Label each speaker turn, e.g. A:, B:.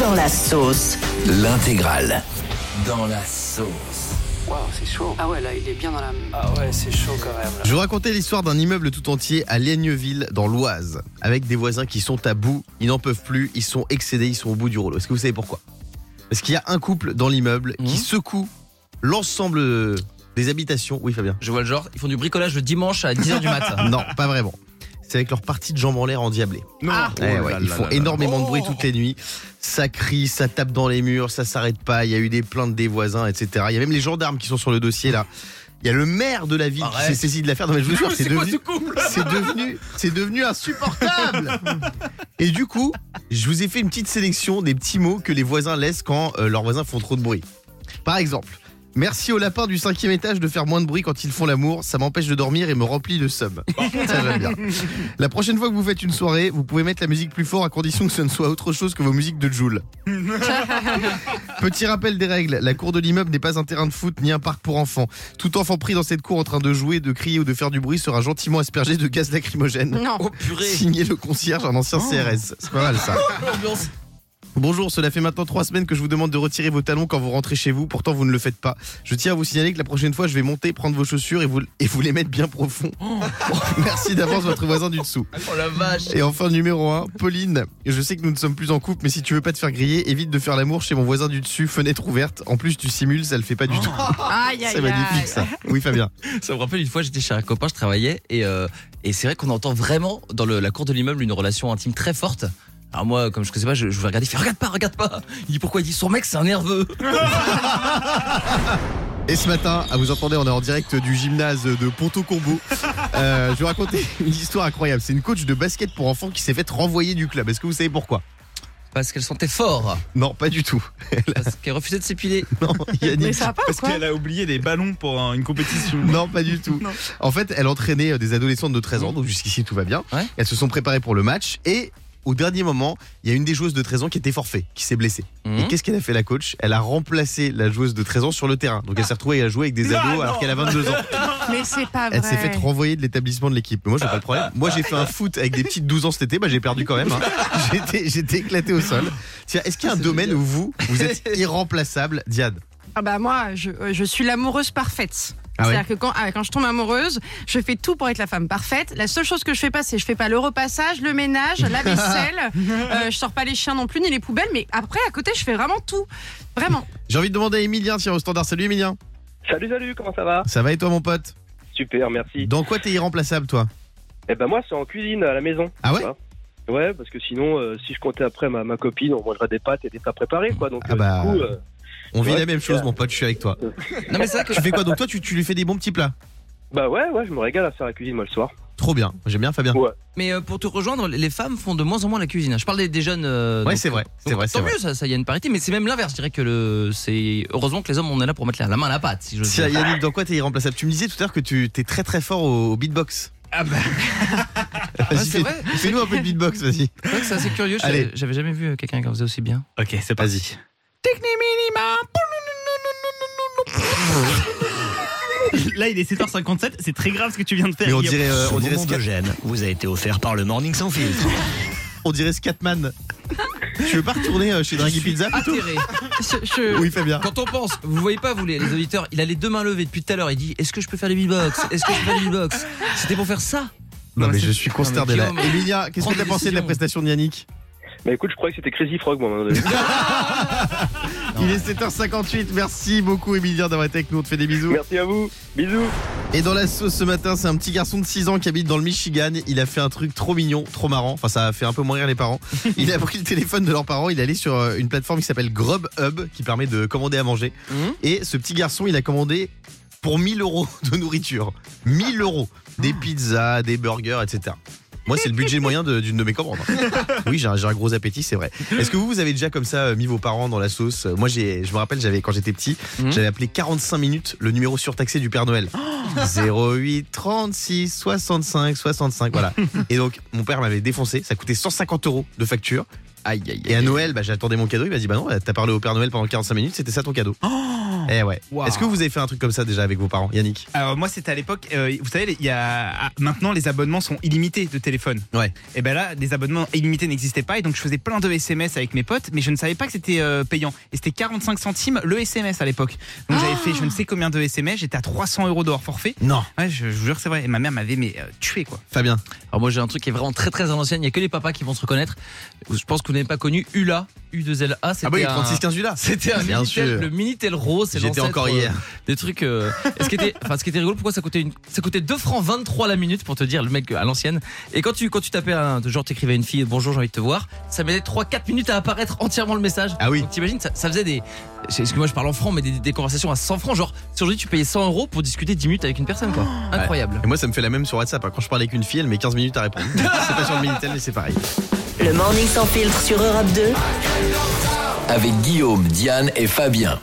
A: Dans la sauce.
B: L'intégrale. Dans la sauce.
C: Waouh, c'est chaud.
D: Ah ouais, là, il est bien dans la.
C: Ah ouais, c'est chaud quand même. là.
E: Je vous racontais l'histoire d'un immeuble tout entier à Ligneville, dans l'Oise, avec des voisins qui sont à bout, ils n'en peuvent plus, ils sont excédés, ils sont au bout du rouleau. Est-ce que vous savez pourquoi Parce qu'il y a un couple dans l'immeuble
F: Mhm.
E: qui secoue l'ensemble des habitations. Oui, Fabien
F: Je vois le genre, ils font du bricolage le dimanche à 10h du matin. Oh
E: Non, pas vraiment. C'est avec leur partie de jambes en l'air endiablée.
G: Non.
F: Ah,
E: Eh ouais, ils font énormément de bruit toutes les nuits. Ça crie, ça tape dans les murs, ça s'arrête pas. Il y a eu des plaintes des voisins, etc. Il y a même les gendarmes qui sont sur le dossier là. Il y a le maire de la ville qui
F: Arrête.
E: s'est saisi de l'affaire. Non mais je vous jure, c'est devenu,
F: couple
E: c'est devenu, c'est devenu insupportable. Et du coup, je vous ai fait une petite sélection des petits mots que les voisins laissent quand euh, leurs voisins font trop de bruit. Par exemple, merci aux lapins du cinquième étage de faire moins de bruit quand ils font l'amour. Ça m'empêche de dormir et me remplit de seum. Ça j'aime bien. La prochaine fois que vous faites une soirée, vous pouvez mettre la musique plus fort à condition que ce ne soit autre chose que vos musiques de Joule. Petit rappel des règles, la cour de l'immeuble n'est pas un terrain de foot ni un parc pour enfants. Tout enfant pris dans cette cour en train de jouer, de crier ou de faire du bruit sera gentiment aspergé de gaz lacrymogène.
D: Non.
F: Oh purée
E: Signé le concierge, un
D: Oh.
E: ancien CRS. C'est pas mal ça.
F: Ambiance.
E: Bonjour, cela fait maintenant trois semaines que je vous demande de retirer vos talons quand vous rentrez chez vous, pourtant vous ne le faites pas. Je tiens à vous signaler que la prochaine fois je vais monter, prendre vos chaussures et vous, et vous les mettre bien profond.
D: Oh.
E: Merci d'avance votre voisin du dessous.
F: Oh la vache
E: Et enfin numéro 1, Pauline, je sais que nous ne sommes plus en couple, mais si tu veux pas te faire griller, évite de faire l'amour chez mon voisin du dessus, fenêtre ouverte. En plus tu simules, ça le fait pas du tout.
D: Oh. Aïe, aïe,
E: C'est magnifique ça. Oui Fabien.
F: Ça me rappelle une fois, j'étais chez un copain, je travaillais, et, euh, et c'est vrai qu'on entend vraiment dans le- la cour de l'immeuble une relation intime très forte. Alors moi, comme je ne sais pas, je, je vais regarder, il fait regarde pas, regarde pas. Il dit pourquoi Il dit son mec, c'est un nerveux.
E: Et ce matin, à vous entendez, on est en direct du gymnase de Ponto Combo. je vais raconter une histoire incroyable. C'est une coach de basket pour enfants qui s'est faite renvoyer du club. Est-ce que vous savez pourquoi
F: Parce qu'elle sentait fort,
E: Non, pas du tout.
F: parce qu'elle refusait de s'épiler.
E: Non, Yannick.
D: Mais ça va pas ou
G: Parce
D: quoi
G: qu'elle a oublié des ballons pour un- une compétition.
E: Non, pas du tout. En fait, elle entraînait euh, des adolescentes de 13
D: Mmh.
E: ans, donc jusqu'ici tout va bien.
F: Ouais.
E: Elles se sont préparées pour le match et au dernier moment, il y a une des joueuses de 13 ans qui était forfait, qui s'est blessée. Et
D: Mmh.
F: Mhm.
E: qu'est-ce qu'elle a fait la coach Elle a remplacé la joueuse de 13 ans sur le terrain.
D: Ah.
E: Donc elle s'est retrouvée à jouer avec des ados alors qu'elle a 22 ans.
D: Mais c'est pas vrai.
E: Elle s'est fait renvoyer de l'établissement de l'équipe. Mais moi, j'ai pas le
F: Ah.
E: problème. Moi, j'ai fait un foot avec des petites 12 ans cet été. Bah, j'ai perdu quand même. hein. J'étais, j'étais éclaté au sol. Tiens, est-ce qu'il y a un
F: Ah, C'est
E: domaine
F: génial.
E: où vous, vous êtes irremplaçable, Diane
D: Ah bah moi, je, euh, je suis l'amoureuse parfaite.
E: Ah
D: C'est-à-dire que quand, ah, quand je tombe amoureuse, je fais tout pour être la femme parfaite. La seule chose que je fais pas, c'est je fais pas le repassage, le ménage, la vaisselle. euh, je sors pas les chiens non plus ni les poubelles. Mais après, à côté, je fais vraiment tout, vraiment.
E: J'ai envie de demander à Emilien, tiens, au standard. Salut, Emilien.
H: Salut, salut, comment ça va
E: Ça va et toi, mon pote
H: Super, merci.
E: Dans quoi t'es irremplaçable, toi
H: Eh ben moi, c'est en cuisine à la maison.
E: Ah ouais
H: Ouais, parce que sinon, euh, si je comptais après ma, ma copine, on mangerait des pâtes et des plats préparés, quoi. Donc,
E: Ah
H: euh,
E: bah.
H: du coup, euh,
E: On vit
H: Ouais,
E: la même
H: c'est
E: chose,
H: ça.
E: mon pote, je suis avec toi.
F: Non mais c'est vrai que
E: Tu fais quoi Donc, toi, tu, tu lui fais des bons petits plats
H: bah ouais, ouais, je me régale à faire la cuisine moi le soir.
E: Trop bien. J'aime bien, Fabien.
H: Ouais,
F: Mais euh, pour te rejoindre, les femmes font de moins en moins la cuisine. Je parle des, des jeunes. euh,
E: Ouais,
F: donc-
E: c'est vrai. C'est
F: donc,
E: vrai, c'est
F: Tant
E: vrai.
F: mieux, ça, ça, il y a une parité, mais c'est même l'inverse. Je dirais que le, c'est heureusement que les hommes on est là pour mettre la, la main à la pâte, si je
E: Tiens,
F: veux dire.
E: Yannick, dans quoi t'es irremplaçable Tu me disais tout à l'heure que tu t'es très très fort au, au beatbox.
F: Ah bah.
E: Vas-y,
F: Ouais, c'est
E: fais-
F: vrai.
E: fais-nous un peu de beatbox, vas-y.
F: C'est vrai que c'est assez curieux.
E: Allez.
F: j'avais- J'avais jamais vu euh, quelqu'un qui en faisait aussi bien.
G: Ok, c'est
E: Vas-y.
G: Là, il est 7h57, c'est très grave ce que tu viens de faire.
E: Mais on
G: Guillaume.
E: dirait, euh,
B: Ce
E: on dirait
B: moment de
E: Scat-
B: gêne vous a été offert par le Morning Sans Filtre.
E: on dirait Scatman. tu veux pas retourner euh, chez Draghi Pizza plutôt
F: Atterré.
D: Je, je-
E: Oui, Fabien.
F: Quand on pense, vous voyez pas, vous les, les auditeurs, il a les deux mains levées depuis tout à l'heure. Il dit Est-ce que je peux faire du beatbox Est-ce que je peux faire du beatbox C'était pour faire ça
E: Non, mais
G: mais
E: je
G: c'est-
E: suis consterné là.
F: Guillaume,
E: Emilia, qu'est-ce
F: prends
E: que t'as
F: des
E: pensé de la
F: décisions.
E: prestation de Yannick
H: Bah écoute, je croyais que c'était Crazy Frog, moi, à un moment donné.
E: Il est 7h58. Merci beaucoup, Emilia, d'avoir été avec nous. On te fait des bisous.
H: merci à vous. Bisous.
E: Et dans la sauce ce matin, c'est un petit garçon de 6 ans qui habite dans le Michigan. Il a fait un truc trop mignon, trop marrant. Enfin, ça a fait un peu mourir les parents. Il a pris le téléphone de leurs parents. Il est allé sur euh, une plateforme qui s'appelle Grubhub, qui permet de commander à manger.
F: Mhm.
E: Et ce petit garçon, il a commandé pour 1000 euros de nourriture. 1000 euros. Des pizzas, des burgers, etc. Moi, c'est le budget moyen de- d'une de, mes commandes. Oui, j'ai un, j'ai un gros appétit, c'est vrai. Est-ce que vous, vous avez déjà comme ça euh, mis vos parents dans la sauce Euh, Moi, j'ai, je me rappelle, j'avais quand j'étais petit,
F: Mhm.
E: j'avais appelé 45 minutes le numéro surtaxé du Père Noël. 08 36 65 65, voilà. Et donc, mon père m'avait défoncé, ça coûtait 150 euros de facture. Aïe, aïe, aïe. Et à Noël, bah, j'attendais mon cadeau, il m'a dit Bah non, bah, t'as parlé au Père Noël pendant 45 minutes, c'était ça ton cadeau. Eh ouais.
G: Waouh.
E: Est-ce que vous avez fait un truc comme ça déjà avec vos parents, Yannick
G: Alors moi c'était à l'époque, euh, vous savez, il y a ah, maintenant les abonnements sont illimités de téléphone.
E: Ouais.
G: Et ben là, des abonnements illimités n'existaient pas et donc je faisais plein de SMS avec mes potes, mais je ne savais pas que c'était euh, payant. Et c'était 45 centimes le SMS à l'époque. Donc j'avais fait je ne sais combien de SMS, j'étais à 300 euros dehors forfait.
E: Non.
G: Ouais, je, je vous jure que c'est vrai. Et ma mère m'avait mais euh, tué quoi.
E: Fabien.
F: Alors moi j'ai un truc qui est vraiment très très à l'ancienne, il n'y a que les papas qui vont se reconnaître. Je pense que vous n'avez pas connu ULA, U2LA, c'était
E: Ah bah oui,
F: un-
E: 36-15 là.
F: C'était un
E: Bien
F: Minitel,
E: sûr.
F: le Minitel rose, c'est
E: J'étais
F: l'ancêtre,
E: encore hier.
F: euh, des trucs. euh, et ce, qui était, enfin, ce qui était rigolo, pourquoi ça coûtait, une, ça coûtait 2 francs 23 la minute pour te dire le mec à l'ancienne. Et quand tu, quand tu tapais, un, genre t'écrivais à une fille, bonjour, j'ai envie de te voir, ça mettait 3-4 minutes à apparaître entièrement le message.
E: Ah oui.
F: Donc, T'imagines, ça, ça faisait des. Excuse-moi, je parle en francs, mais des, des conversations à 100 francs. Genre, si aujourd'hui tu payais 100 euros pour discuter 10 minutes avec une personne, quoi.
E: Ah.
F: Incroyable.
E: Et moi, ça me fait la même sur WhatsApp. hein. Quand je parle avec une fille, elle met 15 minutes à répondre. c'est pas sur le Minitel, mais c'est pareil.
A: Le morning sans filtre sur Europe 2.
B: Avec Guillaume, Diane et Fabien.